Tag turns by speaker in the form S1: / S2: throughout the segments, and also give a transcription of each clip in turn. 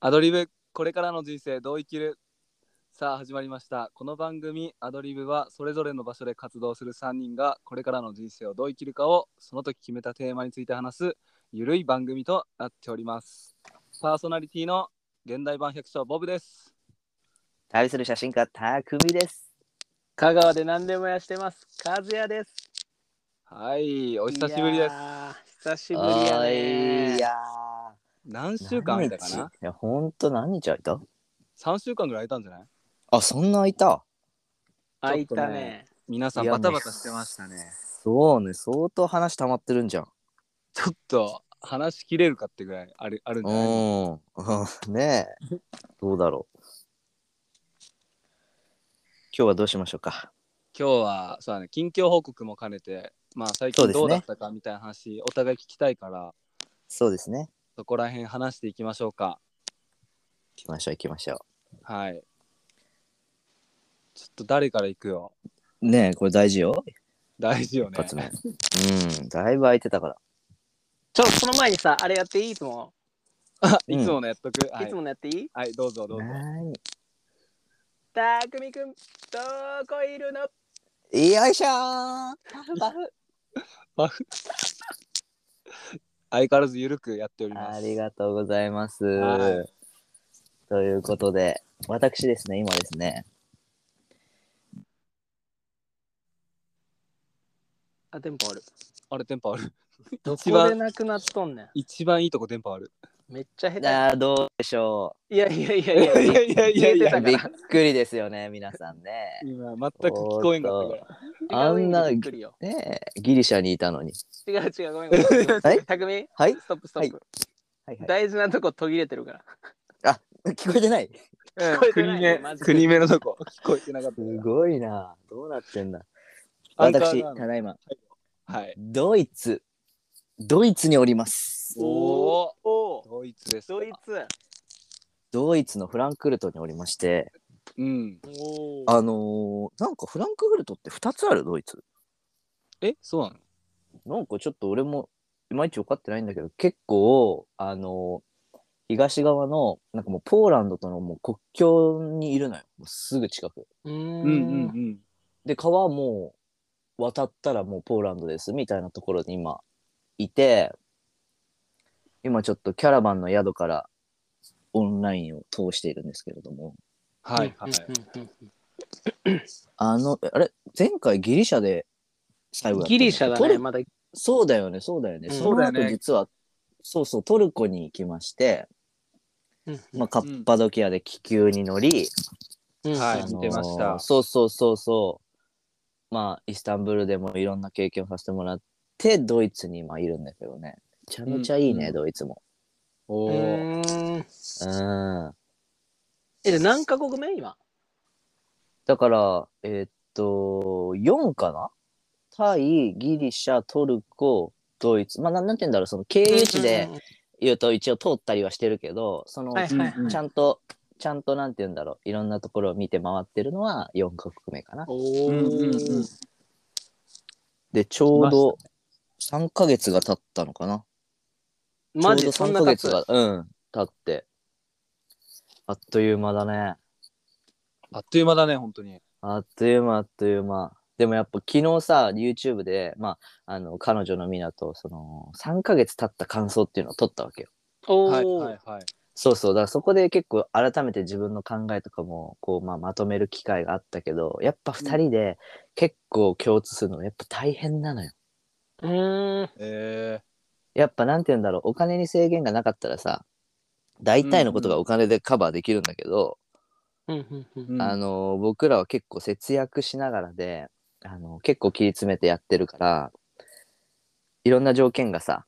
S1: アドリブこれからの人生どう生きるさあ始まりましたこの番組アドリブはそれぞれの場所で活動する3人がこれからの人生をどう生きるかをその時決めたテーマについて話すゆるい番組となっておりますパーソナリティの現代版百姓ボブです
S2: 旅する写真家、たくみです。
S3: 香川で何でもやしてます。和也です。
S1: はいお久しぶりです
S3: いやー。久しぶりや
S2: おーい
S3: ね
S2: いや
S1: 何
S2: ー。
S1: 週間空いたか
S2: 何
S1: な
S2: 日いや、ほんと何日空いた
S1: 3週間ぐらい空いたんじゃない
S2: あ、そんな空いた。
S3: 空いた
S1: ちょっと
S3: ね。
S1: 皆さん
S2: いや
S1: バタバタしてましたね
S2: そうね、相当話溜まってるんじゃん。
S1: ちょっと話しきれるかってぐらいあるあるん
S2: う
S1: じゃない
S2: ん。ねえ。どうだろう。今日はどうしましょうか。
S1: 今日はそうだね近況報告も兼ねてまあ最
S2: そう
S1: 近
S2: ですね
S1: どうだったかみたいな話、お互い聞きたいから
S2: そうですね。
S1: そこら辺話していきましょうか
S2: 行きましょう、行きましょ
S1: はいちょっと誰から行くよ
S2: う。ねえ、これ大事よ。
S1: 大事よ
S2: 一
S1: ね
S2: 発目。うん、だいぶ空いてたから。
S3: ちょっとその前にさ、あれやっていいいつも。
S1: あ いつものやっとく、はいい
S3: つものやっていい
S1: はいどうぞどうぞ
S2: なー
S3: たくみくん、どこいるの
S2: によいしょー
S3: バフ。
S1: 相変わらずゆるくやっております
S2: ありがとうございます。
S1: はい
S2: ということで、私ですね、今ですね、
S3: あ、電波ある。
S1: あれ電波ある
S3: ど
S1: 一
S3: こで
S1: 番
S3: なくなっとんねん。
S1: 一番いいとこ電波ある
S3: めっちゃ下手。
S2: あーどうでしょ
S3: いやいやいやいやいや。
S1: いや
S2: う。
S3: いやいやだから
S2: びっくりですよね、皆さんね。
S1: 今全く聞こえんかったから
S2: あんな
S3: 違う意味でびっくりよ
S2: ねえギリシャにいたのに。
S3: 違う違う、ごめんごめんご
S2: は
S3: め
S2: い
S3: ん。たくみ、
S2: はい、
S3: ストップストップ。
S2: はいはい
S3: 大事なとこ途切れてるから。
S2: 聞こえてない。
S3: 聞こえて
S1: 国
S3: ない
S1: 目
S3: マジで
S1: 国目のとこ聞こえてなかっ
S2: す
S1: たから
S2: ごいな。どうなってんだ。
S1: アンカー
S2: 私、
S1: なの
S2: ただいま、
S1: はい
S2: ドイツ、ドイツにおります。
S1: お
S3: おお。
S1: ドイツですか
S3: ドイツ。
S2: ドイツのフランクフルトにおりまして、
S1: うん
S3: おお。
S2: あのー、なんかフランクフルトって2つある、ドイツ。
S1: えそうなの
S2: なんかちょっと俺もいまいち分かってないんだけど結構あの東側のなんかもうポーランドとのもう国境にいるのよもうすぐ近く
S3: うーん
S1: うんうんうん
S2: で川もう渡ったらもうポーランドですみたいなところに今いて今ちょっとキャラバンの宿からオンラインを通しているんですけれども
S1: はいはい
S3: うんうん
S2: あのあれ前回ギリシャで最
S3: うん
S2: 後やったん
S3: ギリシャだ
S2: ト
S3: ね、
S2: ル
S3: まだ。
S2: そうだよね、そうだよね。
S3: うん
S2: その
S1: そうだよ
S2: 後
S1: ね
S2: 実は、そうそう、トルコに行きまして、まあ、カッパドキアで気球に乗り、
S1: はい
S2: あのー
S1: 見てました
S2: そうそうそうそう。まあ、イスタンブールでもいろんな経験をさせてもらって、ドイツに今いるんだけどね。めちゃめちゃいいね、
S1: うん
S2: ドイツも。
S1: お
S3: う
S1: ー
S3: ーん
S2: うん。
S3: え、で何カ国目今
S2: だから、えーっと、4かなタイ、ギリシャ、トルコ、ドイツ。まあ、なんなんて言うんだろう、その経由地で、言うと一応通ったりはしてるけど、その、
S3: うんうんうん。はいはいはい。
S1: うん
S2: ちゃんと、ちゃんとなんて言うんだろう、いろんなところを見て回ってるのは4カ国目かな。
S3: おお、
S1: うんうんうん
S2: で、ちょうど3ヶ月が経ったのかな。
S3: マジ
S2: ちょ
S3: そ
S2: うんど
S3: な
S2: 3ヶ
S3: 経つ
S2: 月が、うん、経って。あっという間だね。
S1: あっという間だね本当に
S2: あっという間、あっという間。でもやっぱ昨日さ、YouTube で、まあ、あの、彼女のミナと、その、3ヶ月経った感想っていうのを撮ったわけよ。
S3: お
S1: はい
S3: お、
S1: はいはい
S2: そうそう。だからそこで結構改めて自分の考えとかも、こう、まあ、まとめる機会があったけど、やっぱ二人で結構共通するの、やっぱ大変なのよ。
S3: うーん。
S1: え
S2: やっぱなんて言うんだろう、お金に制限がなかったらさ、大体のことがお金でカバーできるんだけど、
S3: うんうんう
S1: ーうんん
S2: あの、僕らは結構節約しながらで、あの、結構切り詰めてやってるから、いろんな条件がさ、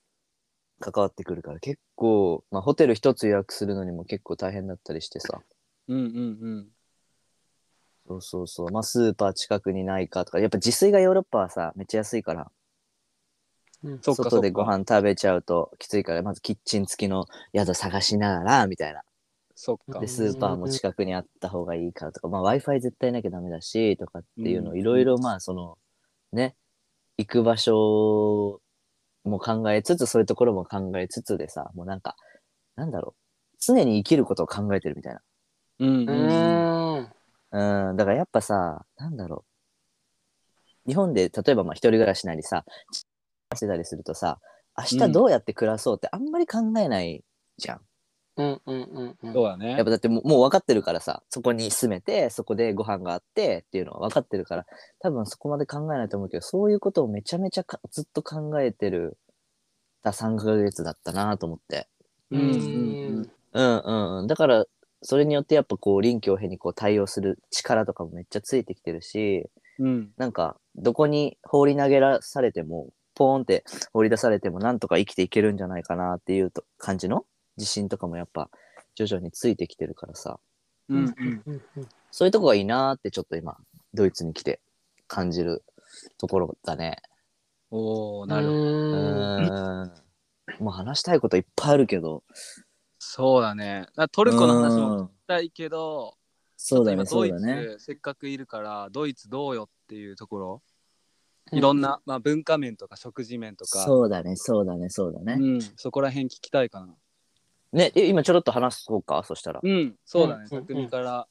S2: 関わってくるから結構、まあ、ホテル一つ予約するのにも結構大変だったりしてさ、
S1: うんうん
S2: そうそうそう。まあ、スーパー近くにないかとか、やっぱ自炊がヨーロッパはさ、めっちゃ安いから、
S3: うん。
S1: そっかそっか
S2: 外でご飯食べちゃうときついから、まずキッチン付きの宿探しながら、みたいな。
S1: そっか
S2: で、スーパーも近くにあった方がいいからとか、まあ、Wi-Fi 絶対なきゃダメだし、とかっていうのを
S1: うん
S2: いろいろ、まあ、その、ね、行く場所も考えつつ、そういうところも考えつつでさ、もうなんか、なんだろう。常に生きることを考えてるみたいな。
S1: うん
S3: う
S1: うん
S3: ーん。
S2: うん、だからやっぱさ、なんだろう。日本で例えばまあ一人暮らしなりさ、してたりするとさ、明日どうやって暮らそうってあんまり考えないじゃん。
S3: うんうんうんうん。
S1: そうだ
S2: やっ
S1: ね
S2: ぱだってもうもう分かってるからさ、そこに住めて、そこでご飯があってっていうのは分かってるから、多分そこまで考えないと思うけど、そういうことをめちゃめちゃかずっと考えてるだ3ヶ月だったなと思って。
S1: うんうんうん
S2: うんうんうん。だから、それによってやっぱこう臨機応変にこう対応する力とかもめっちゃついてきてるし、
S1: うん
S2: なんかどこに放り投げらされても、ポーンって放り出されてもなんとか生きていけるんじゃないかなっていうと感じの自信とかもやっぱ徐々についてきてるからさ、
S1: うんうん
S3: うんうん
S2: そういうとこがいいなーってちょっと今、ドイツに来て感じるところだね。
S1: おおなるほど
S2: う
S3: ど。
S2: ーん。もう話したいこといっぱいあるけど。
S1: そうだねだからトルコの話
S2: う
S1: も
S2: ん。
S1: したいけど
S2: そうだね、
S1: 今
S2: そ
S1: ド
S2: う
S1: イ
S2: だ
S1: ツ、
S2: ね。
S1: せっかくいるからドイツどうよっていうところいろんな、まあ、文化面とか食事面とか
S2: そうだね、そうだね、そうだね。
S1: うん、そこら辺聞きたいかな
S2: ね、え今ちょろっと話そうか、そしたら。
S1: うんそうだね
S3: うんうんうん
S1: 匠から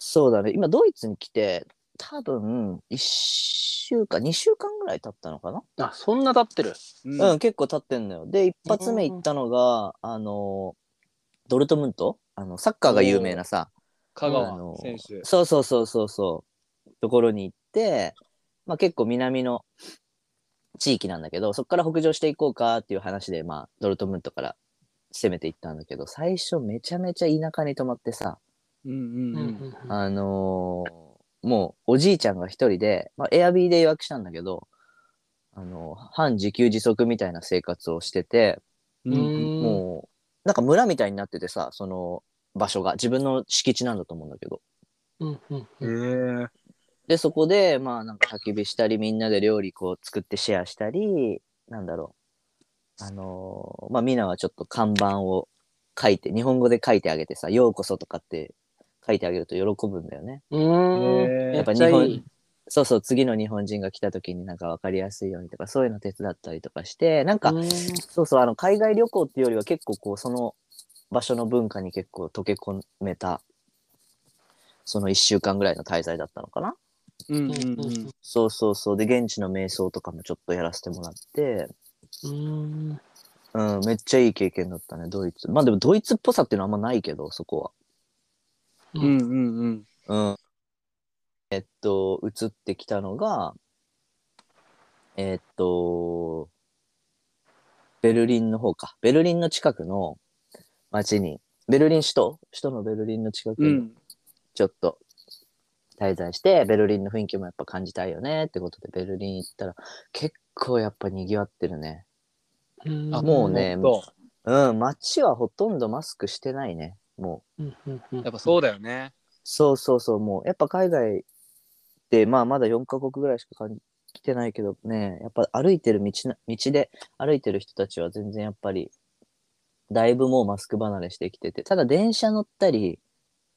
S2: そうだね、今ドイツに来て、多分1週間、2週間ぐらい経ったのかな、
S3: あ、そんな経ってる。
S1: うん
S2: うん、結構経ってんのよ。で、一発目行ったのが、あの、ドルトムントあの、サッカーが有名なさ、
S1: 香
S2: あの
S1: 川選手
S2: そうそうそうそうそう、ところに行って、まあ結構南の地域なんだけど、そこから北上していこうかっていう話で、まあドルトムントから攻めていったんだけど、最初めちゃめちゃ田舎に泊まってさ、
S1: うんうん
S3: う
S1: うんん
S3: うん
S2: あのーもうおじいちゃんが一人で、まあ、エアビーで予約したんだけど、あのー半自給自足みたいな生活をしてて、
S1: うんうん
S3: う
S2: もうなんか村みたいになっててさその場所が自分の敷地なんだと思うんだけど
S3: うんうん
S1: へえ
S3: うん
S2: でそこでまあなんか焚き火したりみんなで料理こう作ってシェアしたりなんだろうあのーまあミナはちょっと看板を書いて日本語で書いてあげてさ「ようこそ」とかって書いてあげると喜ぶんだよね。
S3: うーん。
S1: や
S2: っぱ日本。そうそう、次の日本人が来た時になんか分かりやすいようにとか、そういうの手伝ったりとかして、なんか、
S3: うん
S2: そうそう、あの、海外旅行っていうよりは結構こう、その場所の文化に結構溶け込めた、その1週間ぐらいの滞在だったのかな。
S1: うん
S3: う
S1: うんん
S3: う
S1: うんん
S2: そうそうそう、で、現地の瞑想とかもちょっとやらせてもらって、
S3: うん。
S2: うん、めっちゃいい経験だったね、ドイツ。まあでもドイツっぽさっていうのはあんまないけど、そこは。
S1: うんうんうん
S2: うん。えっと、移ってきたのが、えっと、ベルリンの方か。ベルリンの近くの町に、ベルリン首都首都のベルリンの近く
S1: う
S2: に
S1: ん
S2: ちょっと滞在して、ベルリンの雰囲気もやっぱ感じたいよねってことで、ベルリン行ったら、結構やっぱ賑わってるね。
S3: うん
S1: あ
S2: もうね
S1: ほんと
S2: うん、街はほとんどマスクしてないね、もう。
S3: うんうんうん
S1: やっぱそうだよね
S2: そうそうそう、もう、やっぱ海外で、まあ、まだ4カ国ぐらいしかかん来てないけどね、やっぱ歩いてる道な、道で歩いてる人たちは全然やっぱり、だいぶもうマスク離れしてきてて、ただ電車乗ったり、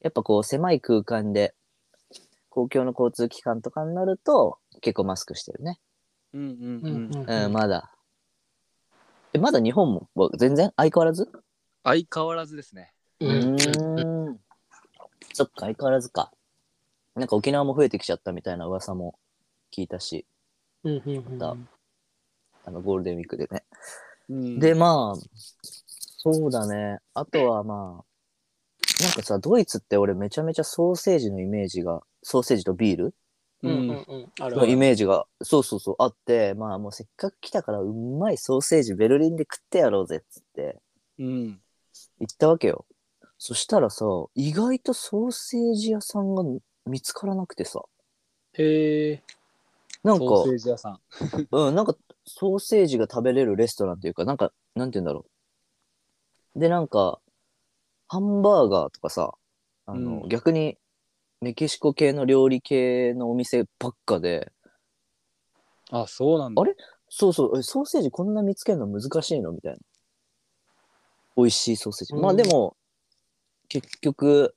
S2: やっぱこう狭い空間で、公共の交通機関とかになると、結構マスクしてるね。
S1: うんうん
S3: う
S1: うんん
S3: うん
S2: う、
S3: うんん
S2: まだ。え、まだ日本もは全然相変わらず
S1: 相変わらずですね
S2: うーん。そっか、相変わらずか。なんか沖縄も増えてきちゃったみたいな噂も聞いたし、
S3: うんうんうん
S2: だあのゴールデンウィークでね。
S1: うん
S2: で、まあ、そうだね。あとはまあ、なんかさ、ドイツって俺めちゃめちゃソーセージのイメージが、ソーセージとビール
S3: う
S1: うん
S3: うん
S1: ん
S3: うんあるあ
S2: のイ
S3: る
S2: メージが、そうそうそう、あって、まあもうせっかく来たからうまいソーセージベルリンで食ってやろうぜっつって
S1: うん
S2: 行ったわけよ。そしたらさ、意外とソーセージ屋さんが見つからなくてさ、
S3: へえ
S2: なんか、
S1: ソーセージ屋さん
S2: うん、なんかソーセージが食べれるレストランというか、なんか、なんて言うんだろう。で、なんか、ハンバーガーとかさ、あの、
S1: うん
S2: 逆にメキシコ系の料理系のお店ばっかで、
S1: あそうなんだ
S2: あれそうそう、えソーセージこんな見つけるの難しいのみたいな。美味しいソーセージ。ま
S3: う
S2: あ
S3: ん
S2: でも、結局、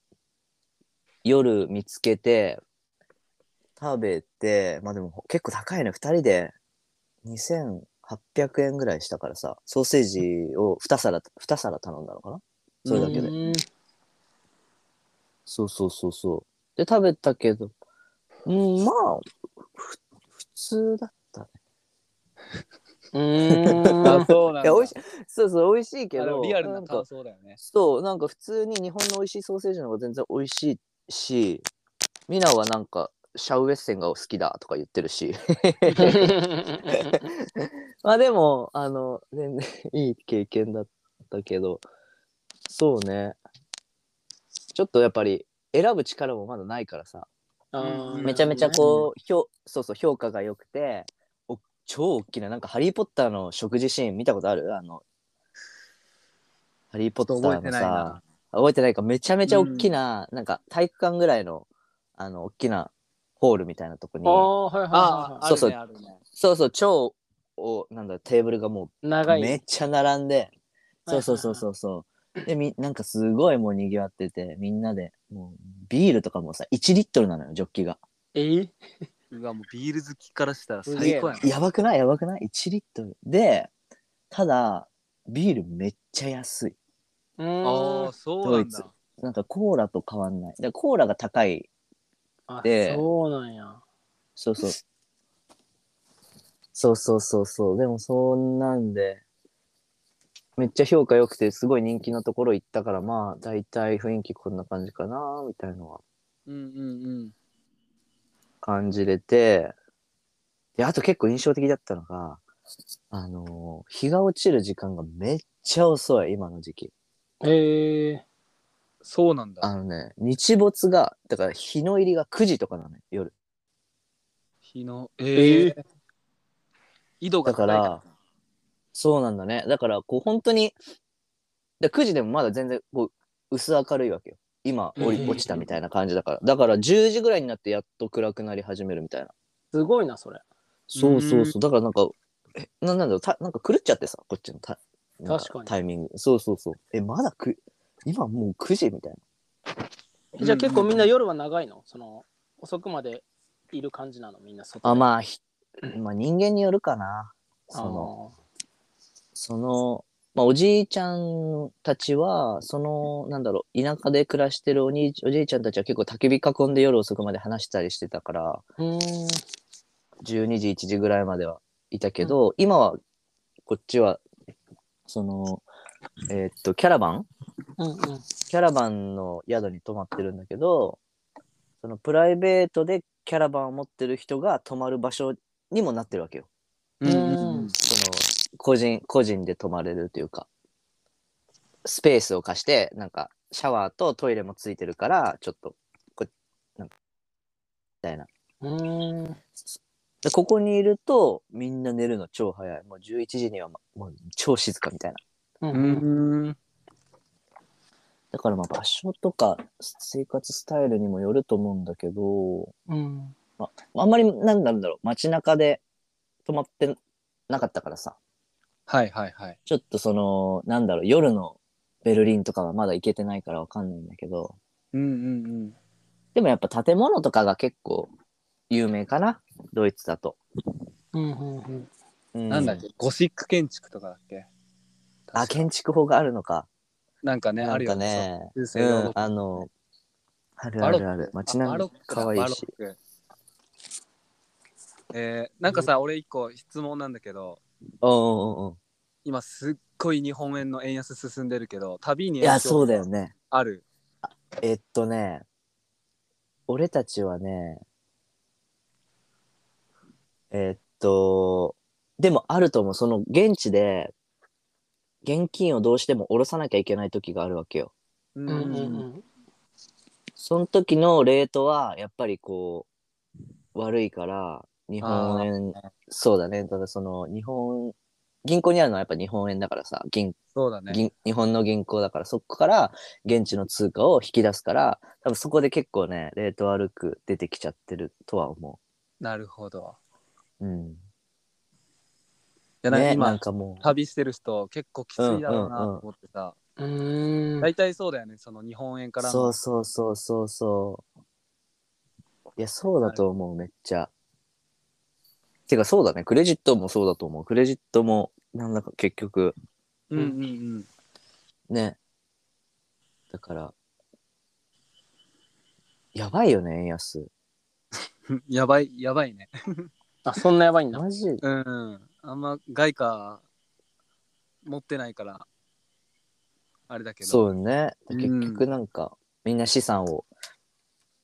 S2: 夜見つけて、食べて、まあでも結構高いね。二人で2800円ぐらいしたからさ、ソーセージを二皿、二皿頼んだのかなそれだけで。
S1: うん
S2: そうそうそうそう。で、食べたけど、うん、まあ、ふ普通だったね。
S1: うーん。あ、そうなん
S2: い
S1: だ。
S2: や、美味しい、そうそう、美味しいけ
S1: あで
S2: ど、
S1: もリアル
S2: な
S1: なん
S2: か
S1: 感、想だよね。
S2: そう、なんか普通に日本の美味しいソーセージの方が全然美味しいし、ミナはなんか、シャウエッセンが好きだとか言ってるし。 まあでも、あの、全然いい経験だったけど、そうね。ちょっとやっぱり、選ぶ力もまだないからさ、
S1: うん
S2: めちゃめちゃこう、評そうそう、評価が良くて、お超大きな、なんかハリー・ポッターの食事シーン見たことあるあの、ハリー・ポッター
S1: 覚えて
S2: の
S1: ない
S2: さ
S1: な、。
S2: 覚えてないか、めちゃめちゃ大きな、なんか体育館ぐらいの、あの、大きなホールみたいなとこに
S4: あ、あ、はいは
S1: あ
S4: いは
S1: あ、
S2: そうそう
S1: あるねあるね
S2: そうそう、超、おなんだ、テーブルがもう
S4: い。長い。
S2: めっちゃ並んで、
S4: はい
S2: そ
S4: は
S2: う
S4: い
S2: そうそうそうそう。で、み、なんかすごいもう賑わってて、みんなで、もうビールとかもさ、1リットルなのよ、ジョッキが。
S4: え
S1: うわ、もうビール好きからしたら
S4: すげ
S1: 最
S4: え
S1: 高やな。
S2: やばくないやばくない ?1 リットル。で、ただ、ビールめっちゃ安い。
S4: う
S1: あ
S4: ーん
S1: あ、そうなん
S2: ドイ
S1: だ。
S2: なんかコーラと変わんない。だからコーラが高い。
S4: あ
S2: で
S4: そうなんや。
S2: そう そう。そうそうそうそう。でもそんなんで、めっちゃ評価良くて、すごい人気のところ行ったから、まあ、大体雰囲気こんな感じかな、みたいなのは
S1: うんうん
S2: 感じれて、で、あと結構印象的だったのが、あのー日が落ちる時間がめっちゃ遅い、今の時期。
S4: へえ。
S1: そうなんだ。
S2: あのね、日没が、だから日の入りが9時とかなのよ、夜。
S1: 日の、ええ
S4: え
S1: 井戸が
S2: だから、そうなんだね。だから、こう、本当に、で9時でもまだ全然、こう、薄明るいわけよ。今、降り
S4: うん
S2: 落ちたみたいな感じだから。だから、10時ぐらいになってやっと暗くなり始めるみたいな。
S4: すごいな、それ。
S2: そうそうそう。だからなんか、えななんだろうた、なんか狂っちゃってさ、こっちのタなん
S4: 確かに
S2: タイミング。そうそうそう。え、まだく、今もう9時みたいな。
S4: えじゃあ結構みんな夜は長いのその、遅くまでいる感じなのみんな外
S2: あ、まあ、ひまあ人間によるかな。その、
S4: の。
S2: その、まあおじいちゃんたちは、その、なんだろう、田舎で暮らしてるおにいおじいちゃんたちは結構焚き火囲んで夜遅くまで話したりしてたから、
S4: あーうーん。
S2: 12時、1時ぐらいまではいたけど、今は、こっちは、その、えーっと、キャラバン
S4: うんうん。
S2: キャラバンの宿に泊まってるんだけどそのプライベートでキャラバンを持ってる人が泊まる場所にもなってるわけよ
S1: うんうんうん。
S2: その個人個人で泊まれるというかスペースを貸してなんかシャワーとトイレもついてるからちょっとこなんかみたいな
S4: うーん。
S2: でここにいるとみんな寝るの超早いもう11時には、ま、もう超静かみたいな
S4: う。
S1: うんんうん。
S2: だからまあ場所とか生活スタイルにもよると思うんだけど
S4: うん。
S2: あんまり、なんなんだろう、街中で泊まってなかったからさ、
S1: はいはいはい。
S2: ちょっとその、なんだろう、夜のベルリンとかはまだ行けてないからわかんないんだけど、
S1: うんうんうん。
S2: でもやっぱ建物とかが結構有名かな、ドイツだと。
S4: うんうんうん。
S1: なんだ
S2: っ
S1: っ
S2: け
S1: け、ゴシック建築とかだっけ
S2: あ、建築法があるのか。
S1: なんかね、
S2: な
S1: あ
S2: ん
S1: る
S2: か
S1: よね。
S2: ね、
S1: 中世
S2: う
S1: ヨー
S2: ん
S1: ロッ、パ
S2: あの、ある
S1: バ
S2: あ
S1: ロ
S2: るある。街
S1: あバ
S2: 並
S1: ロ
S2: み
S1: ックだ
S2: 可愛いし。
S1: バロックえー、なんかさ、俺一個質問なんだけど、
S2: おうんうんうん。
S1: 今すっごい日本円の円安進んでるけど、旅に
S2: いや、
S1: 影
S2: そ
S1: 響
S2: うだよね。
S1: ある。
S2: えっとね、俺たちはね、えっと、でもあると思う。その現地で、現金をどうしても下ろさなきゃいけない時があるわけよ。
S1: うん
S4: うんうん
S1: うん
S4: うん。
S2: その時のレートは、やっぱりこう、悪いから、日本円、そうだね。ただその、日本、銀行にあるのはやっぱ日本円だからさ、銀
S1: そうだね。
S2: 銀日本の銀行だからそこから現地の通貨を引き出すから多分そこで結構ねレート悪く出てきちゃってるとは思
S1: なるほど。
S2: う。うん、
S1: いやなんか
S2: ね
S1: 今、
S2: なんかもう
S1: 旅してる人結構きついだろうなと思ってさ、
S4: うーん。
S1: 大体そうだよね、その日本円からの
S2: そうそうそうそうそういやそうだと思うめっちゃ。てかそうだねクレジットもそうだと思うクレジットもなんだか結局
S1: うんうんうん。
S2: ねだから、やばいよね、円安。
S1: やばい、やばいね。
S4: あ、そんなやばいんだ。
S2: マジ
S1: うん。あんま外貨持ってないから、あれだけど。
S2: そうね。
S1: うん
S2: 結局なんか、みんな資産を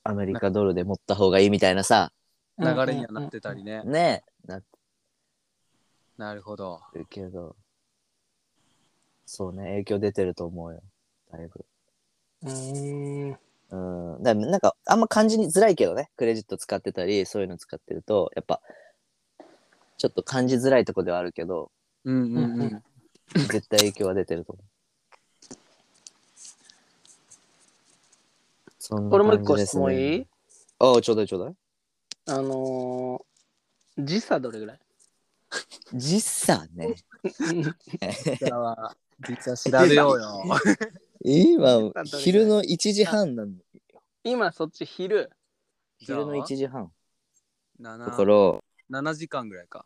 S2: アメリカドルで持った方がいいみたいなさ、
S1: 流れにはなってたりね。
S2: ねなっ
S1: なるほど。
S2: てるけど、そうね、影響出てると思うよ。だいぶ。
S4: うんうんうん。
S2: うん。だからなんか、あんま感じづらいけどね。クレジット使ってたり、そういうの使ってると、やっぱ、ちょっと感じづらいとこではあるけ ど、
S1: うんうんう
S4: うん
S1: ん。
S2: 絶対影響は出てると思う。そんな
S4: 俺もう一
S2: 感じ
S4: 個
S2: で
S4: 質
S2: す
S4: 問
S2: ね
S4: いい
S2: ああ、ちょうだいちょうだい。
S4: あのー、時差どれぐらい
S2: 時差ね。
S1: 実は実は調べよう よ。
S2: 今
S4: 時差どれぐらい
S2: 昼の1時半なの。
S4: 今そっち昼。
S2: 昼の1時半。だ
S1: だ
S2: か。ら、
S1: 7時間ぐらいか。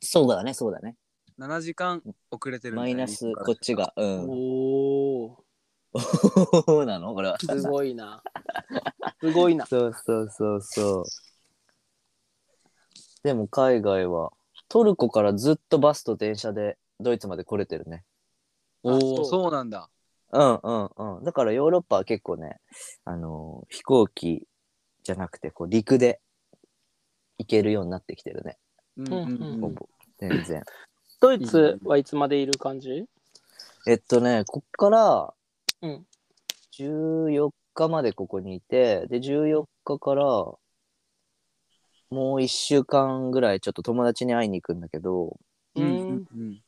S2: そうだね、そうだね。
S1: 7時間遅れてるんだ
S2: マ
S1: ね
S2: イナス、こっ。ちが。うん。
S4: おお、
S2: そうなのこ れは。
S4: すごいな。すごいな。
S2: そうそうそうそう。でも海外は、トルコからずっとバスと電車でドイツまで来れてるね。
S1: お
S4: あ
S1: お、そうなんだ。
S2: うんうんうん。だからヨーロッパは結構ね、あのー飛行機じゃなくて、こう陸で行けるようになってきてるね。
S1: うんうん
S4: うん
S1: う
S2: ほ
S1: ん。
S2: ぼ。全 然。
S4: ドイツはいつまでいる感じ
S2: えっとね、こっから
S4: うん。
S2: 14日までここにいて、で、14日からもう1週間ぐらいちょっと友達に会いに行くんだけど、
S1: う
S4: うん
S1: うん
S4: ん。
S1: うん。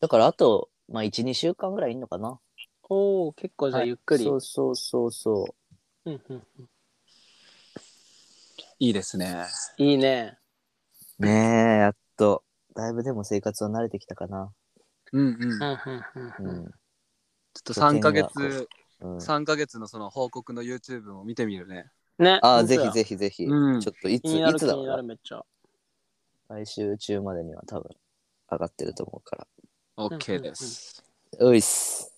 S2: だからあと、まあ、1、2週間ぐらいいんのかな。
S4: おお、結構じゃあゆっくり。
S2: そうそうそうそ
S4: うんうん
S1: いいですね。
S4: いいね。
S2: う。ねえ、やっと。だいぶでも生活は慣れてきたかな。
S1: うんうん。ち
S4: う
S1: ょ
S4: ん
S1: っ
S4: うん
S2: う
S4: うんうん。
S2: ん。
S1: と3ヶ
S2: 拠点が
S1: 月、
S2: うん、
S1: 3ヶ月のその報告の YouTube も見てみるね。
S4: ね。
S2: ああ、
S4: 本当
S2: ぜ
S4: や
S2: ひぜひぜひ。
S1: うん
S2: ちょっといつ、
S4: 気にないる気
S2: つだ
S4: にな
S2: ろう
S4: るめっちゃ。
S2: 来週中までには多分上がってると思うから。
S1: OK です。
S2: ういっす。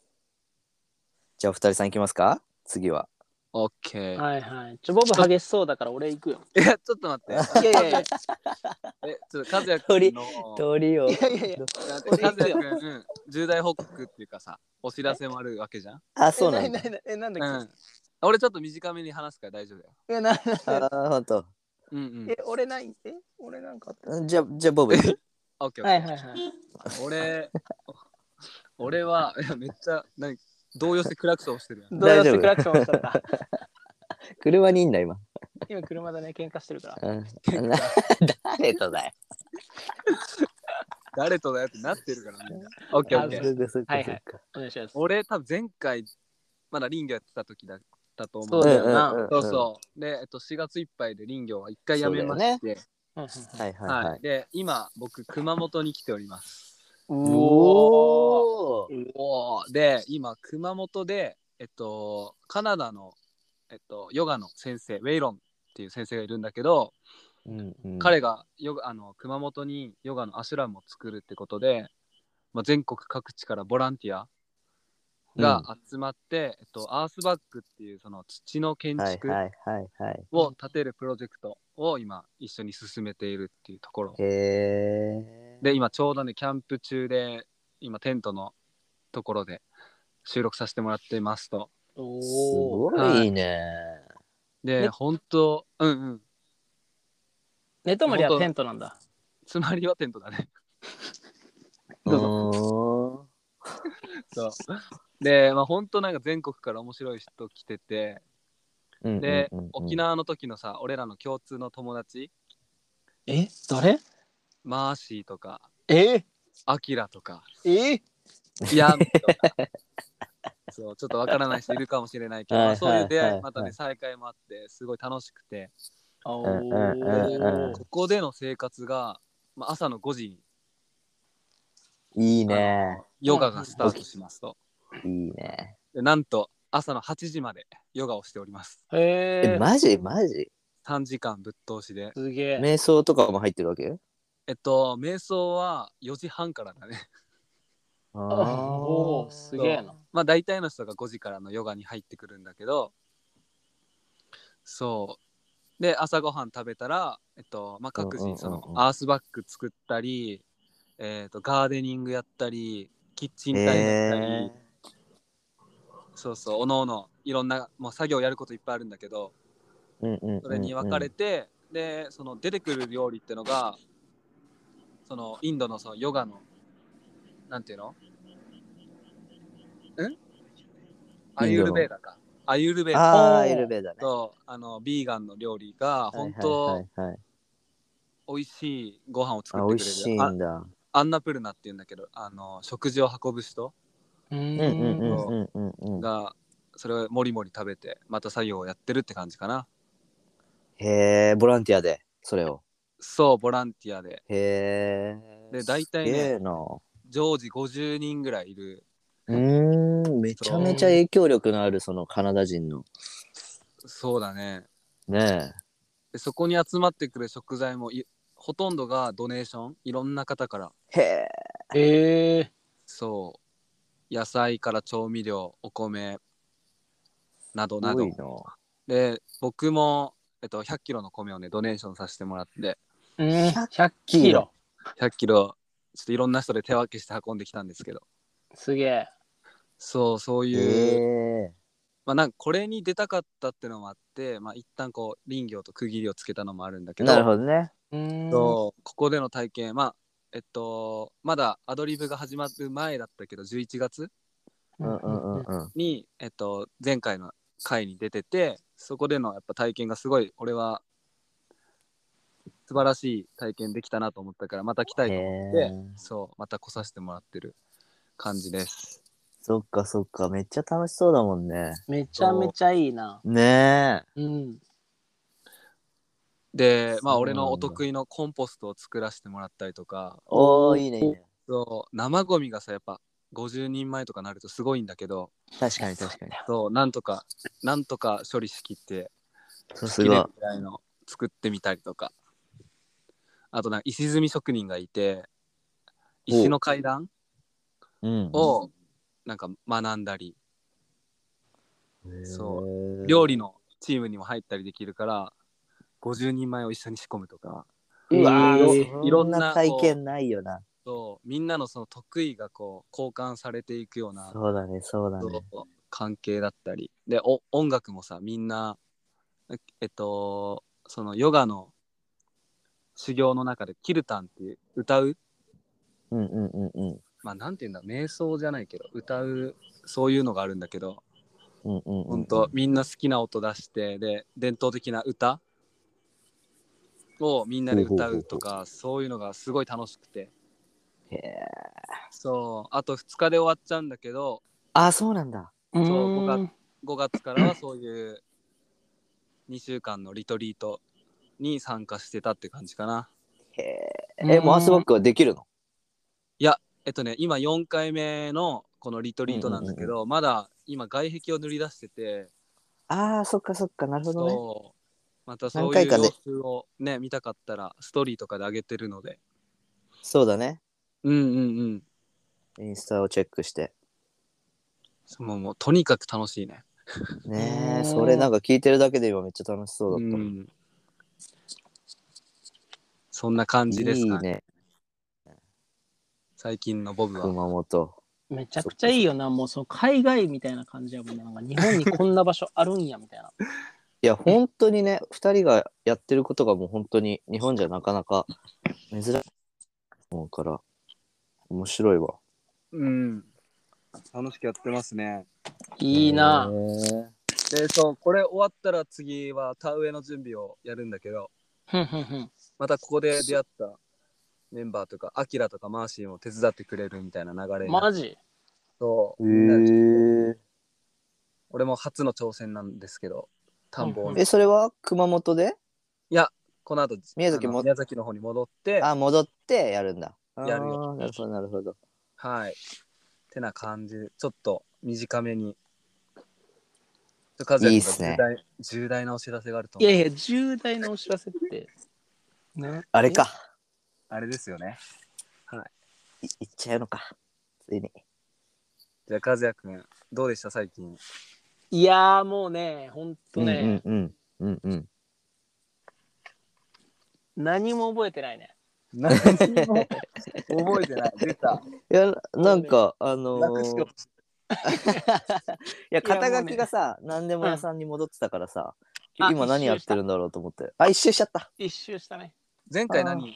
S2: じゃあ、お二人さんいきますか次は。
S1: OK。
S4: はいはい。ちょ、ボブ激しそうだから俺行くよ。
S1: いや、ちょっと待って。
S4: いやいやいや。
S1: え、ちょっと、和也君の、
S2: 鳥を。
S4: いやいやいや
S1: なんて和也君、うん重大報告っていうかさ、お知らせもあるわけじゃん。
S2: あ、 そうなんだ
S4: え。なえ、なん
S1: う
S4: だっ
S1: ん。俺ちょっと短めに話すから大丈夫だよ。
S4: けえ、な、
S2: ああ、ほんと。
S1: うんうん。
S4: え、俺ないえ、俺なんかあっ
S2: じゃあ、じゃあ、 ボブ。
S1: オッケー
S4: た。はいはいはい。
S1: 俺、俺は、いやめっちゃ、何、動揺してクラクションしてるやん。
S4: どうやっ
S2: 大丈
S4: て
S2: 夫
S4: クラクション押しちゃ った。
S2: 車にいんだ、今。
S4: 今車でね、喧嘩してるから。
S2: うん、な誰とだよ。
S1: 誰とだよってなってるからね。オッケーオ
S4: あ
S1: ッケ
S4: そ
S1: ー。
S2: っかそっ
S4: はい
S2: そっ
S4: はいお願いします。
S1: 俺、多分前回、まだ林業やってた時だったと思う。
S4: そうだよな
S2: うんうんうん
S1: そうそう。で、えっと、4月いっぱいで林業は一回やめまして、
S4: うん
S2: は
S4: うん
S2: いはい
S1: は
S2: はい
S1: い。。で、今、僕、熊本に来ております。
S4: うおー
S2: おー
S1: おお。で、今、熊本で、えっと、カナダの、えっと、ヨガの先生、ウェイロンっていう先生がいるんだけど、
S2: うんうん
S1: 彼がヨガあの熊本にヨガのアシュラムを作るってことで、まあ、全国各地からボランティアが集まって、えっと、アースバッグっていうその土の建
S2: はい
S1: 築
S2: はいはいはい。
S1: を建てるプロジェクトを今一緒に進めているっていうところ
S2: へえ。
S1: で今ちょうどねキャンプ中で今テントのところで収録させてもらってますと
S4: おー
S2: すごいね。
S1: で、
S4: ね
S1: 本当うんうん
S4: 寝泊まりはテントなんだ。
S1: つまりはテントだ ね
S2: う
S4: どう
S2: ぞ。
S1: そう でまあ本当なんか全国から面白い人来てて
S2: うんうんうん
S1: で、
S2: うん
S1: 沖縄の時のさ俺らの共通の友達
S4: え誰
S1: マーシーとか
S4: え
S1: アキラと か
S4: え
S1: ヤンとかそうちょっとわからない人いるかもしれないけど、
S2: はい
S1: まあそういう出
S2: は
S1: 会
S2: いはいい
S1: またね再会もあってすごい楽しくて、
S4: お
S2: うんうんうんうん
S4: ー
S1: ここでの生活が、まあ、朝の5時に
S2: いいね。
S1: ヨガがスタートしますと、
S2: いいね。
S1: でなんと朝の8時までヨガをしております
S4: へ
S2: え、
S4: え
S2: マジマジ
S1: 3時間ぶっ通しで、
S4: すげえ。
S2: 瞑想とかも入ってるわけ
S1: えっと瞑想は4時半からだね
S4: おお、すげえな。
S1: まあ大体の人が5時からのヨガに入ってくるんだけどそうで朝ごはん食べたら、えっとまあ、各
S2: うんうんうんう
S1: 自そ
S2: ん
S1: のアースバッグ作ったり、えっとガーデニングやったりキッチンタイムやったり、
S2: え
S1: そうそうおのおのいろんなもう作業やることいっぱいあるんだけど
S2: ーうんうんうんうん
S1: それに分かれて、でその出てくる料理ってのがそのインドのそのヨガのなんていうのんアユールベーダかアユールベーダ
S2: あ
S4: お
S2: あ
S4: ー
S2: エルベーダね
S1: とあのビーガンの料理が本
S2: は
S1: 当
S2: いはいはいはい
S1: 美味しいご飯を作
S2: あ
S1: っ
S2: 美
S1: て
S2: 味
S1: く
S2: し
S1: れ
S2: い
S1: るあ
S2: んだ
S1: アンナプルナっていうんだけどあの食事を運ぶ人
S4: う。
S2: うんうんうんんうんうんうん
S1: がそれをもりもり食べてまた作業をやってるって感じかな
S2: へえボランティアでそれを
S1: そうボランティアで
S2: へえ
S1: で大体ね
S2: すげえな
S1: 常時50人ぐらいいる
S2: うーんめちゃめちゃ影響力のあるそのカナダ人の
S1: そうだね
S2: ね
S1: でそこに集まってくる食材もいほとんどがドネーションいろんな方から
S2: えへ
S4: へえ。
S1: そう野菜から調味料お米など
S2: え
S1: な
S2: すご
S1: ど
S2: いな
S1: で僕も、えっと、1 0 0キロの米をねドネーションさせてもらって
S4: うん、100キロ。
S1: 1 0 0キロちょっといろんな人で手分けして運んできたんですけど
S4: すげえ。
S1: そうそういう、
S2: へえ
S1: まあなんかこれに出たかったってのもあってまあ一旦こう林業と区切りをつけたのもあるんだけど
S2: なるほどね
S4: うん
S1: そうここでの体験まあえっとまだアドリブが始まる前だったけど11月
S2: うんうんうんうん
S1: に、えっと、前回の回に出ててそこでのやっぱ体験がすごい俺は素晴らしい体験できたなと思ったからまた来たいと思
S2: へ
S1: って
S2: え
S1: そうまた来させてもらってる感じです
S2: そっかそっかめっちゃ楽しそうだもんね
S4: めちゃめちゃいいな。
S2: ね
S4: うん。
S1: でまあ
S2: そうな
S1: 俺
S2: んだ
S1: のお得意のコンポストを作らせてもらったりとか
S2: えおーいいねいいね
S1: そう生ゴミがさやっぱ50人前とかなるとすごいんだけど
S2: 確かに確かに
S1: そうなんとかなんとか処理しきって
S2: さす
S1: 切れる
S2: が
S1: ぐらいの作ってみたりとかあとなんか石積み職人がいて石の階段
S2: うん
S1: をなんか学んだりそう料理のチームにも入ったりできるから50人前を一緒に仕込むとか
S4: うわ
S2: え
S4: ー
S2: ー
S1: いろんな
S2: 体験ないよな
S1: そうみんなのその得意がこう交換されていくような
S2: そうだねそうだ
S1: そ
S2: ね
S1: う関係だったりでお音楽もさみんなええっとそのヨガの修行の中でキルタンっていう歌う
S2: うんうんうんうん
S1: まあなんていうんだ瞑想じゃないけど歌うそういうのがあるんだけど
S2: うんうんうん
S1: 本当、みんな好きな音出してで伝統的な歌をみんなで歌うとかそういうのがすごい楽しくて
S2: へえ
S1: そうあと2日で終わっちゃうんだけど
S2: あそうなんだ
S4: うん
S1: そう僕が5月からはそういう2週間のリトリートに参加してたって感じかな。
S2: へええもうアスバックはできるの
S1: えっとね今4回目のこのリトリートなんだけど、まだ今外壁を塗り出してて
S2: ああそっかそっかなるほどね
S1: そうまたそうい
S2: 何回
S1: う
S2: か
S1: 様
S2: ね
S1: 子をね見たかったらストーリーとかで上げてるので
S2: そうだね
S1: うんうんうん
S2: インスタをチェックして
S1: もうもうとにかく楽しいね。
S2: ね
S4: うん
S2: えそれなんか聞いてるだけで今めっちゃ楽しそうだ
S1: う
S2: ったもん
S1: んそんな感じです
S2: いい
S1: かね
S2: ね
S1: 最近のボブは。
S2: 熊本
S4: めちゃくちゃいいよな。もうその海外みたいな感じやもんな。なんか日本にこんな場所あるんやみたいな。
S2: いや本当にね2人がやってることがもう本当に日本じゃなかなか珍しいと思うから面白いわ
S1: うん楽しくやってますね。
S4: いいな。
S1: でそうこれ終わったら次は田植えの準備をやるんだけど
S4: ふんふんふん。
S1: またここで出会ったメンバーとかアキラとかマーシーも手伝ってくれるみたいな流れにな
S4: マ
S1: る
S4: ジ
S1: と
S2: へ
S1: みんなで
S2: ー
S1: 俺も初の挑戦なんですけど田んぼを
S4: うん
S1: ね
S2: えそれは熊本で
S1: この後
S2: 宮崎
S1: あの
S2: も
S1: 宮崎の方に戻って
S2: あ戻ってやるんだ
S1: やるよ
S2: あーなるほどなるほど
S1: はいてな感じでちょっと短めにちょカズヤ
S2: いいっ
S1: 君
S2: すね
S1: から重大重大なお知らせがあると
S4: い
S1: 思
S4: や
S1: う
S4: いや、重大なお知らせって。な
S2: あれか
S1: あれですよね
S2: い行っちゃうのかついに。
S1: じゃあ、和也くん、どうでした、最 近。
S4: いやーもうね、ほんとね、
S2: うんうんうんうんうん。
S4: 何も覚えてないね。
S1: 何も覚えてない。出た。
S2: いや、なんか、あの
S1: 楽し
S2: ー、
S1: く
S2: いや、肩書
S4: もうね
S2: きがさ、何でも屋さんに戻ってたからさ、
S4: うんあ
S2: 今何やってるんだろうと思って。あ、一周しちゃった。
S4: 一周したね。
S1: 前回何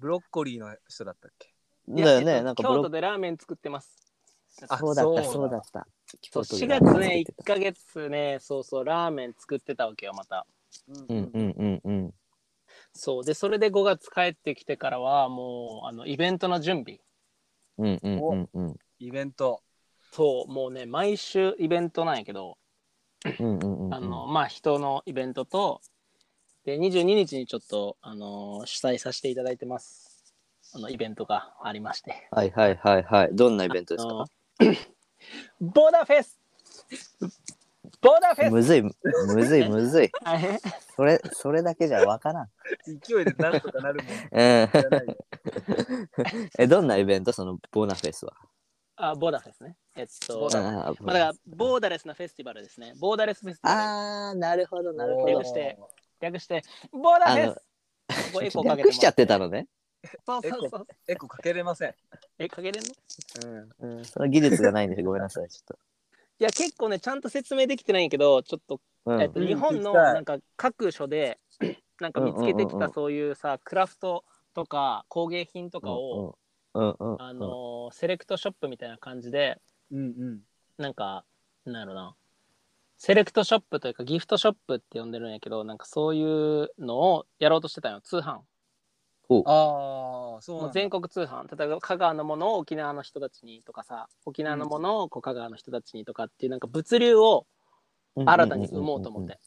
S1: ブロッコリーの人だったっけ
S4: いや
S2: だよ
S4: えっ
S2: ね、
S4: と
S2: なんかブ
S4: 京
S2: ロ
S4: 都
S2: ッ
S4: でラーメン作ってます。
S1: あ
S2: そうだった、
S1: そ
S2: そうう
S1: だ
S2: だった。
S4: そう
S2: 京
S4: 4
S2: 都でラーメン作
S4: 月ね
S2: って、
S4: 1ヶ月ね、そうそう、ラーメン作ってたわけよ、また。
S2: たうんうんうんうん。
S4: そう。で、それで5月帰ってきてからは、もう、あの、イベントの準備。
S2: うんうんうんうん。
S1: イベント。
S4: そう、もうね、毎週イベントなんやけど、
S2: うんうんうんうん。
S4: あの、まあ、人のイベントと、で、22日にちょっと、あの主催させていただいてます。あの、イベントがありまして。
S2: はいはいはいはい。どんなイベントですか
S4: あの ボーダーフェスボーダーフェス
S2: むずい、むずい、むずい。
S4: 大変
S2: それ、それだけじゃわからん。
S1: 勢いでなんとかなるもん
S2: うん
S1: じゃないよ。
S2: え、どんなイベントそのボーナフェスは。
S4: あ、ボーダーフェスね。えっと
S1: ボー、ダ
S2: あー
S4: まあ、だから、ボーダレスなフェスティバルですね。ボーダレスフェスティバ
S2: あー、なるほど、 なるほ
S4: お
S2: ど
S4: ー。してル。略して、ボーダーフェスここエコーかけてもら
S2: 略しちゃってたのね。
S4: そうそうそう。
S1: エコかけれません。
S4: え、かけれんのい
S1: うん。
S2: うん、その技術がないんで、ごめんなさい、ちょっ
S4: や、結構ね、ちゃんと説明できてないんやけど、ちょっと、
S2: と。うん
S4: えっと、
S1: うん
S4: 日本
S1: 聞
S4: の
S1: きたい
S4: なんか各所で、なんか見つけて
S2: うんうん
S4: き
S2: うんう
S4: た
S2: ん
S4: そういうさ、クラフトとか工芸品とかを、
S2: うんうんうんうん
S4: あのーセレクトショップみたいな感じで、
S1: うんうん。
S4: なんか、なんやろな。セレクトショップというかギフトショップって呼んでるんやけど、なんかそういうのをやろうとしてたんよ、通販。
S1: ああ、そう
S4: も
S1: な
S4: うん
S1: だ
S4: 全国通販例えば香川のものを沖縄の人たちにとかさ沖縄のものをこう香川の人たちにとかっていうなんか物流を新たに生もうと思って、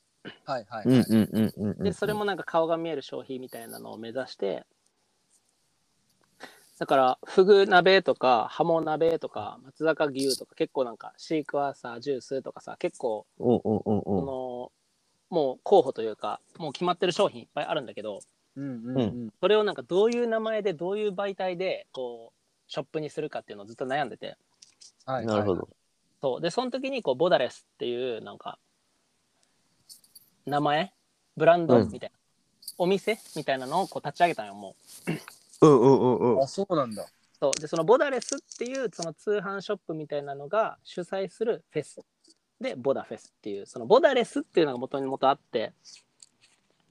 S1: はいはい
S2: うん
S1: はい
S2: うん。うんうんうん。
S4: でそれもなんか顔が見える商品みたいなのを目指してだからフグ鍋とかハモ鍋とか松坂牛とか結構なんかシークワーサージュースとかさ結構
S2: おうおうおう
S4: そ
S2: おう。
S4: の、もう候補というかもう決まってる商品いっぱいあるんだけど
S1: うんうんうん。
S4: それをなんかどういう名前でどういう媒体でこうショップにするかっていうのをずっと悩んでて。
S1: はい。
S2: なるほど。。
S4: そうでその時にこうボダレスっていうなんか名前ブランド
S2: うん
S4: みたいな、お店みたいなのをこう立ち上げたのよもう
S2: うんうんうんうん
S1: あ、。そうなんだ。
S4: そうでそのボダレスっていうその通販ショップみたいなのが主催するフェスでボダフェスっていうそのボダレスっていうのが元々あって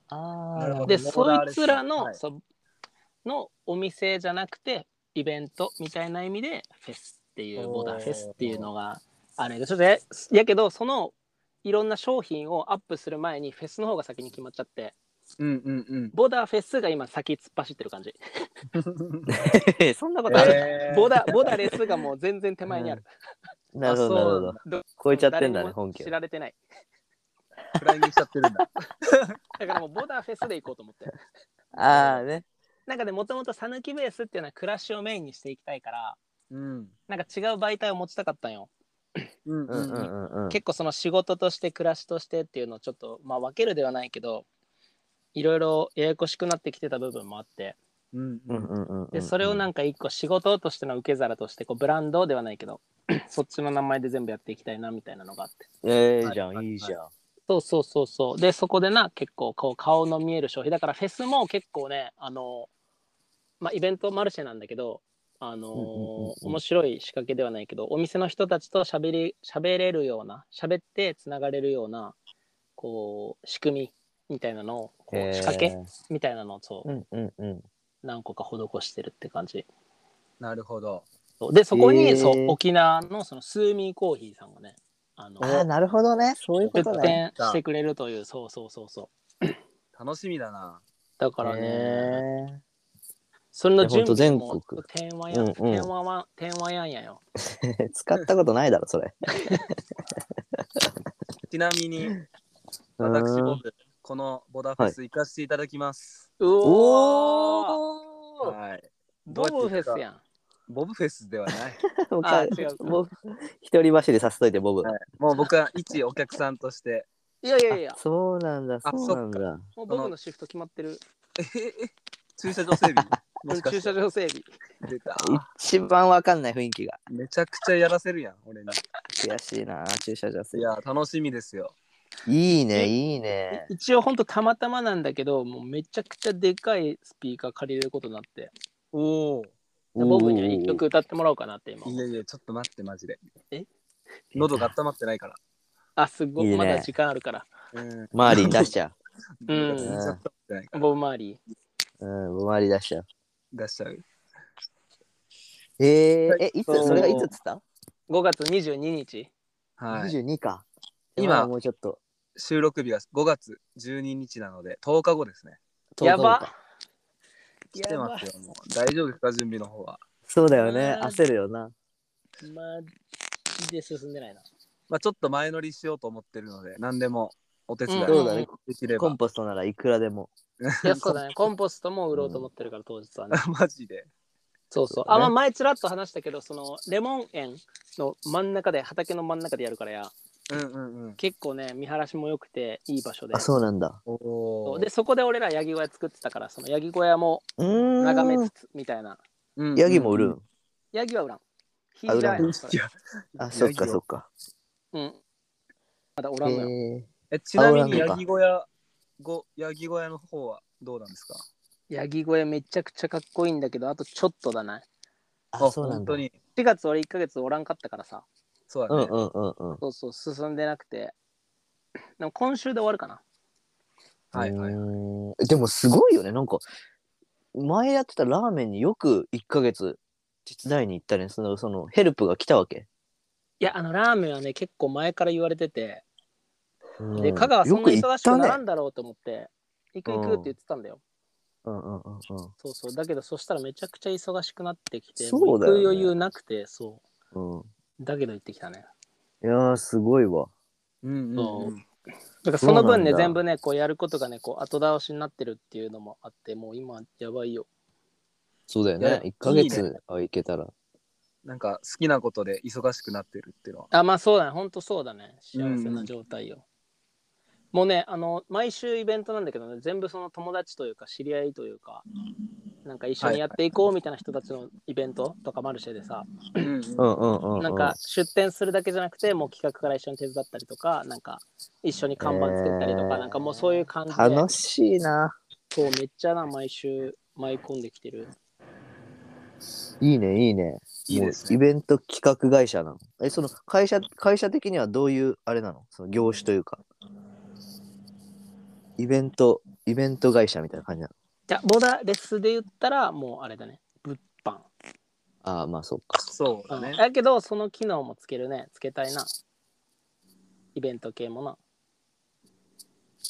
S2: あー
S1: なるほど
S4: で
S1: ボ
S4: そ
S1: ダレス
S4: いつらの、
S1: はい
S4: そうのお店じゃなくてイベントみたいな意味でフェスっていう
S1: お
S4: ボ
S1: ー
S4: ダフェスっていうのがあるんやけどちょっとややけどそのいろんな商品をアップする前にフェスの方が先に決まっちゃって
S1: うんうん うん。
S4: ボダフェスが今先突っ走ってる感じ、
S2: そんなこ
S4: とある
S1: えー
S4: ボダボダレスがもう全然手前にある、
S2: なるほど、
S1: あ
S2: な
S1: そうな
S2: るほ
S1: んだ
S2: ど。
S4: ど
S2: 超えちゃってんだね、
S4: 誰にも
S2: 本家
S4: 知。られてない
S1: フライングしちゃってるんだ。
S4: だからもうボダフェスで行こうと思って
S2: ああね。
S4: なんかでもともと讃岐ベースっていうのは暮らしをメインにしていきたいから
S1: うん。
S4: なんか違う媒体を持ちたかったんよ
S1: うんう
S2: う
S1: ん
S2: うん
S1: んうん。
S2: うんうん。
S4: 結構その仕事として暮らしとしてっていうのをちょっとまあ分けるではないけどいろいろややこしくなってきてた部分もあって
S1: うんう
S2: うん
S1: ん。
S2: うんうんうん。
S4: でそれをなんんか一個仕事としての受け皿としてこうブランドではないけど そっちの名前で全部やっていきたいなみたいなのがあって
S2: ええ
S1: はい
S2: じゃん、
S1: はい
S2: いいじゃん。
S4: そうそうそうそうでそこでな結構こう顔の見える消費だからフェスも結構ねあのまあイベントマルシェなんだけどあの
S2: う
S4: ー
S2: んうんうんうん
S4: 面白い仕掛けではないけどお店の人たちと喋り喋れるような喋ってつながれるようなこう仕組みみたいなのをこ
S2: へ
S4: う
S2: ー
S4: 仕掛けみたいなのをそう
S2: うんうんうん。
S4: 何個か施してるって感じ
S1: なるほど。
S4: そうでそこ
S2: へ
S4: に
S2: ー
S4: そう沖縄のそのスーミーコーヒーさんがねあの
S2: ああ、なるほどね。そういうこ
S4: 出
S2: とね。
S4: 店してくれるというそうそうそうそう
S1: 楽しみだな。
S4: だからね、
S2: へー
S4: それの準
S2: いや
S4: 備
S2: ほん
S4: も
S2: と全国
S4: 天和や
S2: うんんうん
S4: 天和は天和やんやよ。
S2: 使ったことないだろ、それ。
S1: ちなみに、
S2: うん
S1: 私、僕、このボダフェス行かせていただきます。
S4: うおー
S2: おー
S1: はい。
S4: ドブフェスやん。
S1: ボブフェスでは ない。
S2: もう
S4: あ
S2: か
S4: 違うか
S2: もう 一人走りさせといて、ボブ。
S1: はいもう僕は一お客さんとして。
S4: いやいやいや、
S2: そうなんだ、
S1: あ
S2: そうなんだ。
S4: もう僕のシフト決まってる。
S1: えへへ駐車場整備もしか
S4: 駐
S1: して
S4: 車場整備。
S1: 出た
S2: 一番わかんない雰囲気が。
S1: めちゃくちゃやらせるやん俺に
S2: 悔しいな、駐車場す
S1: いや楽しみですよ
S2: いいね、いいね。
S4: 一応ほんとたまたまなんだけど、もうめちゃくちゃでかいスピーカー借りれることになって、
S1: おお
S4: ボブには一曲歌ってもらおうかなって今。
S1: いやいやちょっと待ってマジで
S4: え
S1: 喉が温まってないから
S4: あ、すごい
S2: いいね
S4: まだ時間あるから。
S1: うん
S2: マーリン出しちゃ
S4: う
S1: 全
S4: ん
S1: 然温まってないから
S4: ボブマーリー。
S2: う。うん、マーリン出しちゃう。
S1: 出しちゃう
S2: えー、え、いつ、
S4: そう
S2: それがいつっつった
S4: 5月22日。
S1: はい、
S2: ?22 か。
S1: 今
S2: まだもうちょっと。
S1: 収録日が5月12日なので10日後ですね。
S4: やば
S2: 10日後か
S1: 来てますよ、もう。大丈夫ですか、準備の方は。
S2: そうだよね
S4: う。ん
S2: 焦るよな。
S4: マジで進んでないな。
S1: まあ、ちょっと前乗りしようと思ってるので、何でもお手伝い
S4: うん
S2: そうだね。
S1: できれば。
S2: コンポストならいくらでも。
S4: いや、そうだね。コンポストも売ろうと思ってるから、当日はね。
S1: マジで。
S4: そう
S2: そ
S4: そう。
S2: う
S4: あ、
S2: ね
S4: まあ、前ちらっと話したけど、その、レモン園の真ん中で、畑の真ん中でやるからや、
S1: うんうんうん。
S4: 結構ね、見晴らしも良くて、いい場所で
S2: あ、。そうなんだ。
S1: お
S4: そう
S1: ー
S4: で、そこで俺らヤギ小屋作ってたから、そのヤギ小屋も
S2: うーん。
S4: 眺めつつ、みたいな。
S1: うんうん
S2: ヤギも売るん。
S4: ヤギは売らん。ヒ
S2: あ
S4: ー
S2: 売
S4: ジ
S2: ら
S4: ャ
S2: ん
S4: ーやんそ
S1: い
S4: れ
S1: や
S2: あ、そっかそっか。
S4: うん。まだお
S2: へ
S4: らんのよ。
S2: ー
S1: えちなみ
S2: あお
S1: に
S2: らんのか
S1: ヤギ小屋ご、ヤギ小屋の方はどうなんですか
S4: ヤギ小屋めちゃくちゃかっこいいんだけど、あとちょっとだな。
S2: あ、そうなん
S1: 本
S2: だ。
S1: 当
S2: うん
S1: に。
S4: 4月俺1ヶ月おらんかったからさ、
S1: そう
S2: う
S1: だ
S2: ん
S1: ね。
S2: うんうんうん。。
S4: そうそう、進んでなくて。でも今週で終わるかな。
S1: はいはいう
S2: ーんでもすごいよねなんか前やってたラーメンによく1ヶ月手伝いに行ったりそのそのヘルプが来たわけ、
S4: いや、あの、ラーメンはね、結構前から言われてて、
S2: うん
S4: で、香川そんな
S2: よく行
S4: 忙
S2: っ
S4: しく
S2: た
S4: な
S2: ね
S4: らんだろうと思って、行く行くって言ってたんだよ。
S2: うんうんうん
S4: そうそう。だけど、そしたらめちゃくちゃ忙しくなってきて、
S2: そうだよね
S4: も行く余裕なくて、そ
S2: うんうん
S4: う。だけど行ってきたね。
S2: いやーすごいわ
S1: うんうんうん。
S4: だからその分
S2: そうな
S4: ね、
S2: んだ
S4: 全部ね、こうやることがね、こう後倒しになってるっていうのもあって、もう今、やばいよ。
S2: そうだよ
S1: いや
S2: ね1ヶ
S1: いい
S2: 月は行けたら
S1: なんか好きなことで忙しくなってるっていう のは。
S4: あ、まあそうだね、ほんとそうだね。幸せな状態よ。もうね、あの、毎週イベントなんだけどね、全部その友達というか、知り合いというか、なんか一緒にやっていこうみたいな人たちのイベントとかマルシェでさ、
S1: うんうん
S2: うんうんうん、うん、
S4: なんか出店するだけじゃなくて、もう企画から一緒に手伝ったりとか、なんか一緒に看板作ったりとか、
S2: えー
S4: なんかもうそういう感じで、
S2: 楽しいな
S4: そうめっちゃな、毎週舞い込んできてる。
S2: いいねいいね
S1: いいです
S2: も
S1: ね
S2: うイベント企画会社なのえその会社会社的にはどういうあれなのその業種というかイベントイベント会社みたいな感じなの
S4: じゃボーダーレスで言ったらもうあれだね物販、
S2: ああまあそうか
S1: そうだ
S4: うん
S1: ね。
S4: だけどその機能もつけるねつけたいなイベント系もな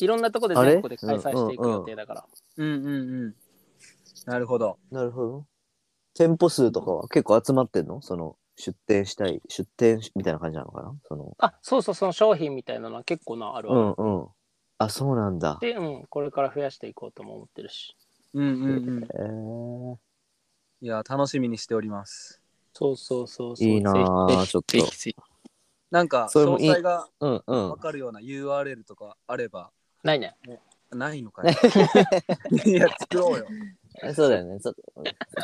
S4: いろんなとこで
S2: あれ
S4: 全国で開催していく予定だから、
S1: うんうんうん。なるほど。
S2: なるほど店舗数とかは結構集まってんのその出店したい出店みたいな感じなのかなその
S4: あそうそうその商品みたいなのは結構なある
S2: う
S4: わ、
S2: んうんあそうなんだ
S4: で、うん、これから増やしていこうとも思ってるし
S1: うんうんうん。
S2: えー、
S1: いや、楽しみにしております。
S4: そうそうそうそう
S2: いいなあちょっと
S4: ぜひぜひ
S1: なんか、
S2: それ
S1: 詳
S2: もいい
S1: 細が
S2: うんう
S1: わ
S2: ん
S1: かるような URL とかあれば、
S4: ないね
S1: ないのか いいや、作ろうよ。
S2: えそうだよねそそ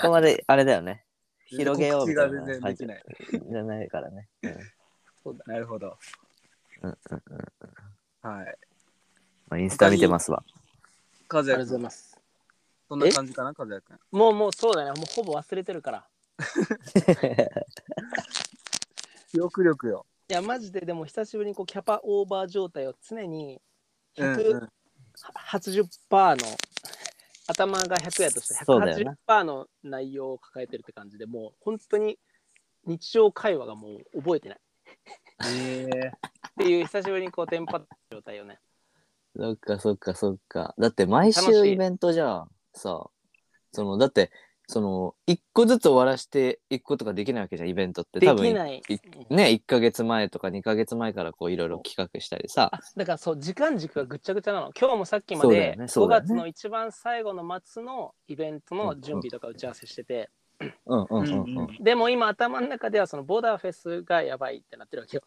S2: こまであれだよ ね広げようみ
S1: み
S2: た
S1: た
S2: い
S1: い
S2: な
S1: な。
S2: 感
S1: 全
S2: じ
S1: 然できない。
S2: じゃないから ね、うん
S1: なるほど。
S2: うんうんうん
S1: はい。
S2: まあ、インスタ見てますわ
S1: 和
S4: ありが
S1: 也
S4: とうござい
S1: 君、
S4: ます
S1: そんな感じかな、和也君。
S4: もうもうそうだねもうほぼ忘れてるから
S1: 記憶力よ。
S4: いやマジででも久しぶりにこうキャパオーバー状態を常に
S1: うん
S4: 100
S1: うん
S4: 80%の頭が100やとして
S2: そうだよな
S4: 180%の内容を抱えてるって感じでもう本当に日常会話がもう覚えてない
S1: え
S4: っていう久しぶりにこうテンパった状態よね
S2: そっかそっかそっか。だって毎
S4: 楽し
S2: 週
S4: い
S2: イベントじゃん。さあ。その、だって、その、一個ずつ終わらしていくことができないわけじゃん、イベントって。
S4: で
S2: 多
S4: き
S2: 分、
S4: ない
S2: い
S4: うん
S2: ね、1ヶ月前とか2ヶ月前からこういろいろ企画したりさ。
S4: あだからそう時間軸がぐっちゃぐちゃなの今日もさっきま
S2: そうだよ
S4: で
S2: ねそ
S4: 5
S2: うだよね
S4: 月の一番最後の末のイベントの準備とか打ち合わせしてて
S2: うん
S1: う
S2: うんうん
S1: んう
S2: う。
S1: んん
S4: でも今頭の中ではそのボーダーフェスがやばいってなってるわ けよ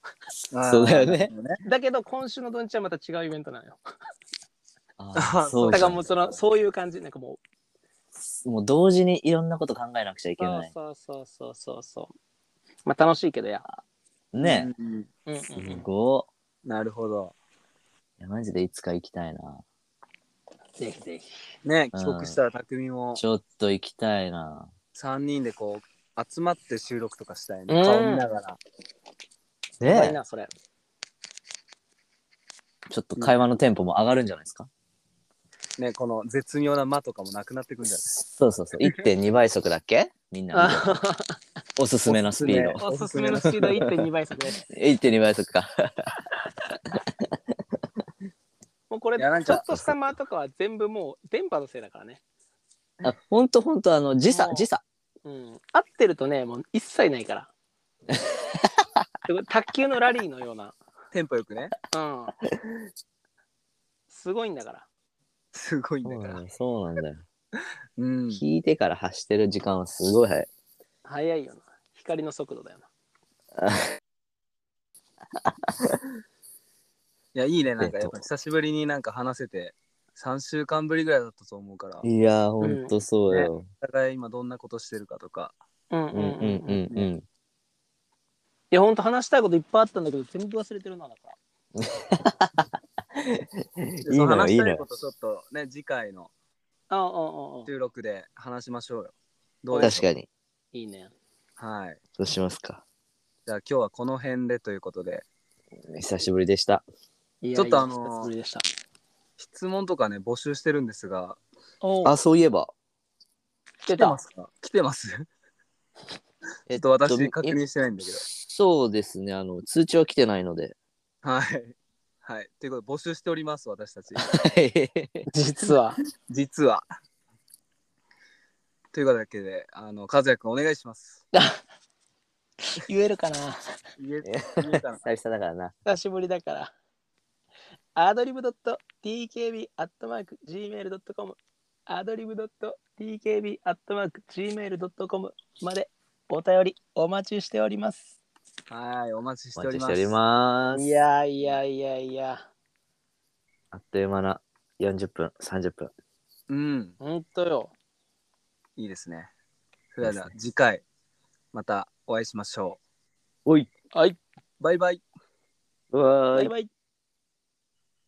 S2: そうだよね。
S4: だけど今週の土日はまた違うイベントなのよ
S2: あーそう
S4: だ
S2: じゃ
S4: か
S2: ん
S4: らもうそのそういう感じなんかもう
S2: もう同時にいろんなこと考えなくちゃいけない。
S4: そうそうそうそうそう。まあ楽しいけどや。
S2: ねえ、
S1: うん
S4: うんうん
S2: す
S4: うん。
S2: ご
S1: なるほど。
S2: い。いや、マジでいつか行きたいな。
S4: ぜひぜひ。
S1: ね
S2: うん
S1: 帰国したら匠も
S2: ちょっと行きたいな。
S1: 3人でこう集まって収録とかしたい
S4: うん
S1: ね。顔見ながら。
S4: うまい
S2: ね
S4: な、それ。
S2: え、ちょっと会話のテンポも上がるんじゃないですか、
S1: ね、この絶妙な間とかもなくなってくんじゃない
S2: そうそうそう。1.2倍速だっけみんなおすすめのスピード。
S4: おすすめのスピード1.2倍速です。
S2: 1.2倍速か。
S4: もうこれ、
S1: い
S4: ち
S1: やなんか
S4: ょっとした間とかは全部もう電波のせいだからね。
S2: あ、ほんとほんと、あの、時差
S4: も、う
S2: 時差。
S4: うん。合ってるとね、もう一切ないから。 すごい卓球のラリーのような。
S1: テンポよくね。
S4: うん。すごいんだから。
S1: すごいん
S2: そう
S1: だか
S2: な
S1: ら
S2: ん。だよそうなんだよ。
S1: うん。
S2: 聞いてから発してる時間はすごい早い。
S4: 速いよな。光の速度だよな。
S1: いや、いいね。なんか、
S2: えっ
S1: や
S2: と
S1: っぱ久しぶりになんか話せて、3週間ぶりぐらいだったと思うから、
S2: いやー、ほんとそうよ。
S1: お互い今どんなことしてるかとか。
S4: うん
S2: うんうんうんうん。
S4: いや、ほんと話したいこといっぱいあったんだけど、全部忘れてるな、だから。
S1: で
S2: いい
S1: その
S2: の
S1: 話
S2: よ、い
S1: し
S2: い
S1: た
S2: の
S1: い
S2: よ
S1: こ。とちょっとね、次回の
S4: ああ、ああ、ああ。
S1: 収録で話しましょうよ。どうでし
S2: 確
S1: ょう
S2: かに。
S4: いいね。
S1: はい。
S2: そうしますか。
S1: じゃあ今日はこの辺でということで、
S2: 久しぶりでした。
S4: いや
S1: ちょっとあの
S4: いや久しぶりでした。
S1: 質問とかね、募集してるんですが、
S4: お
S2: あ、そういえば。
S1: 来
S4: 来て
S1: て
S4: た
S1: ま。すか来てます
S2: え
S1: ちょっと私確
S2: え
S1: 認してないんだけど。
S2: そうですね。あの、通知は来てないので。
S1: はい。はい。ということで、募集しております、私たち。
S4: 実は。
S1: 実は。ということだけで、あの、和也くんお願いします。
S4: 言えるかな
S1: 言え
S2: え
S1: 言えたの
S2: 久々だからな。
S4: 久しぶりだから。アドリブ .tkb.gmail.com アドリブ .tkb.gmail.com までお便りお待ちしております。
S1: はい、お待ちし
S2: お
S1: てお
S2: 待
S1: り
S2: ち
S1: ま
S2: して
S1: す。
S2: おります。
S4: いやいやいやいや、
S2: あっという間な40分、30分。
S1: うん、
S4: ほんとよ。
S1: いいですね。それで
S2: いい
S1: は
S2: ですね
S1: 次回、またお会いしましょ
S2: おい。
S4: はい、
S1: う。バイバイ。
S2: わ
S4: バ
S2: ーい
S4: イ。バイ。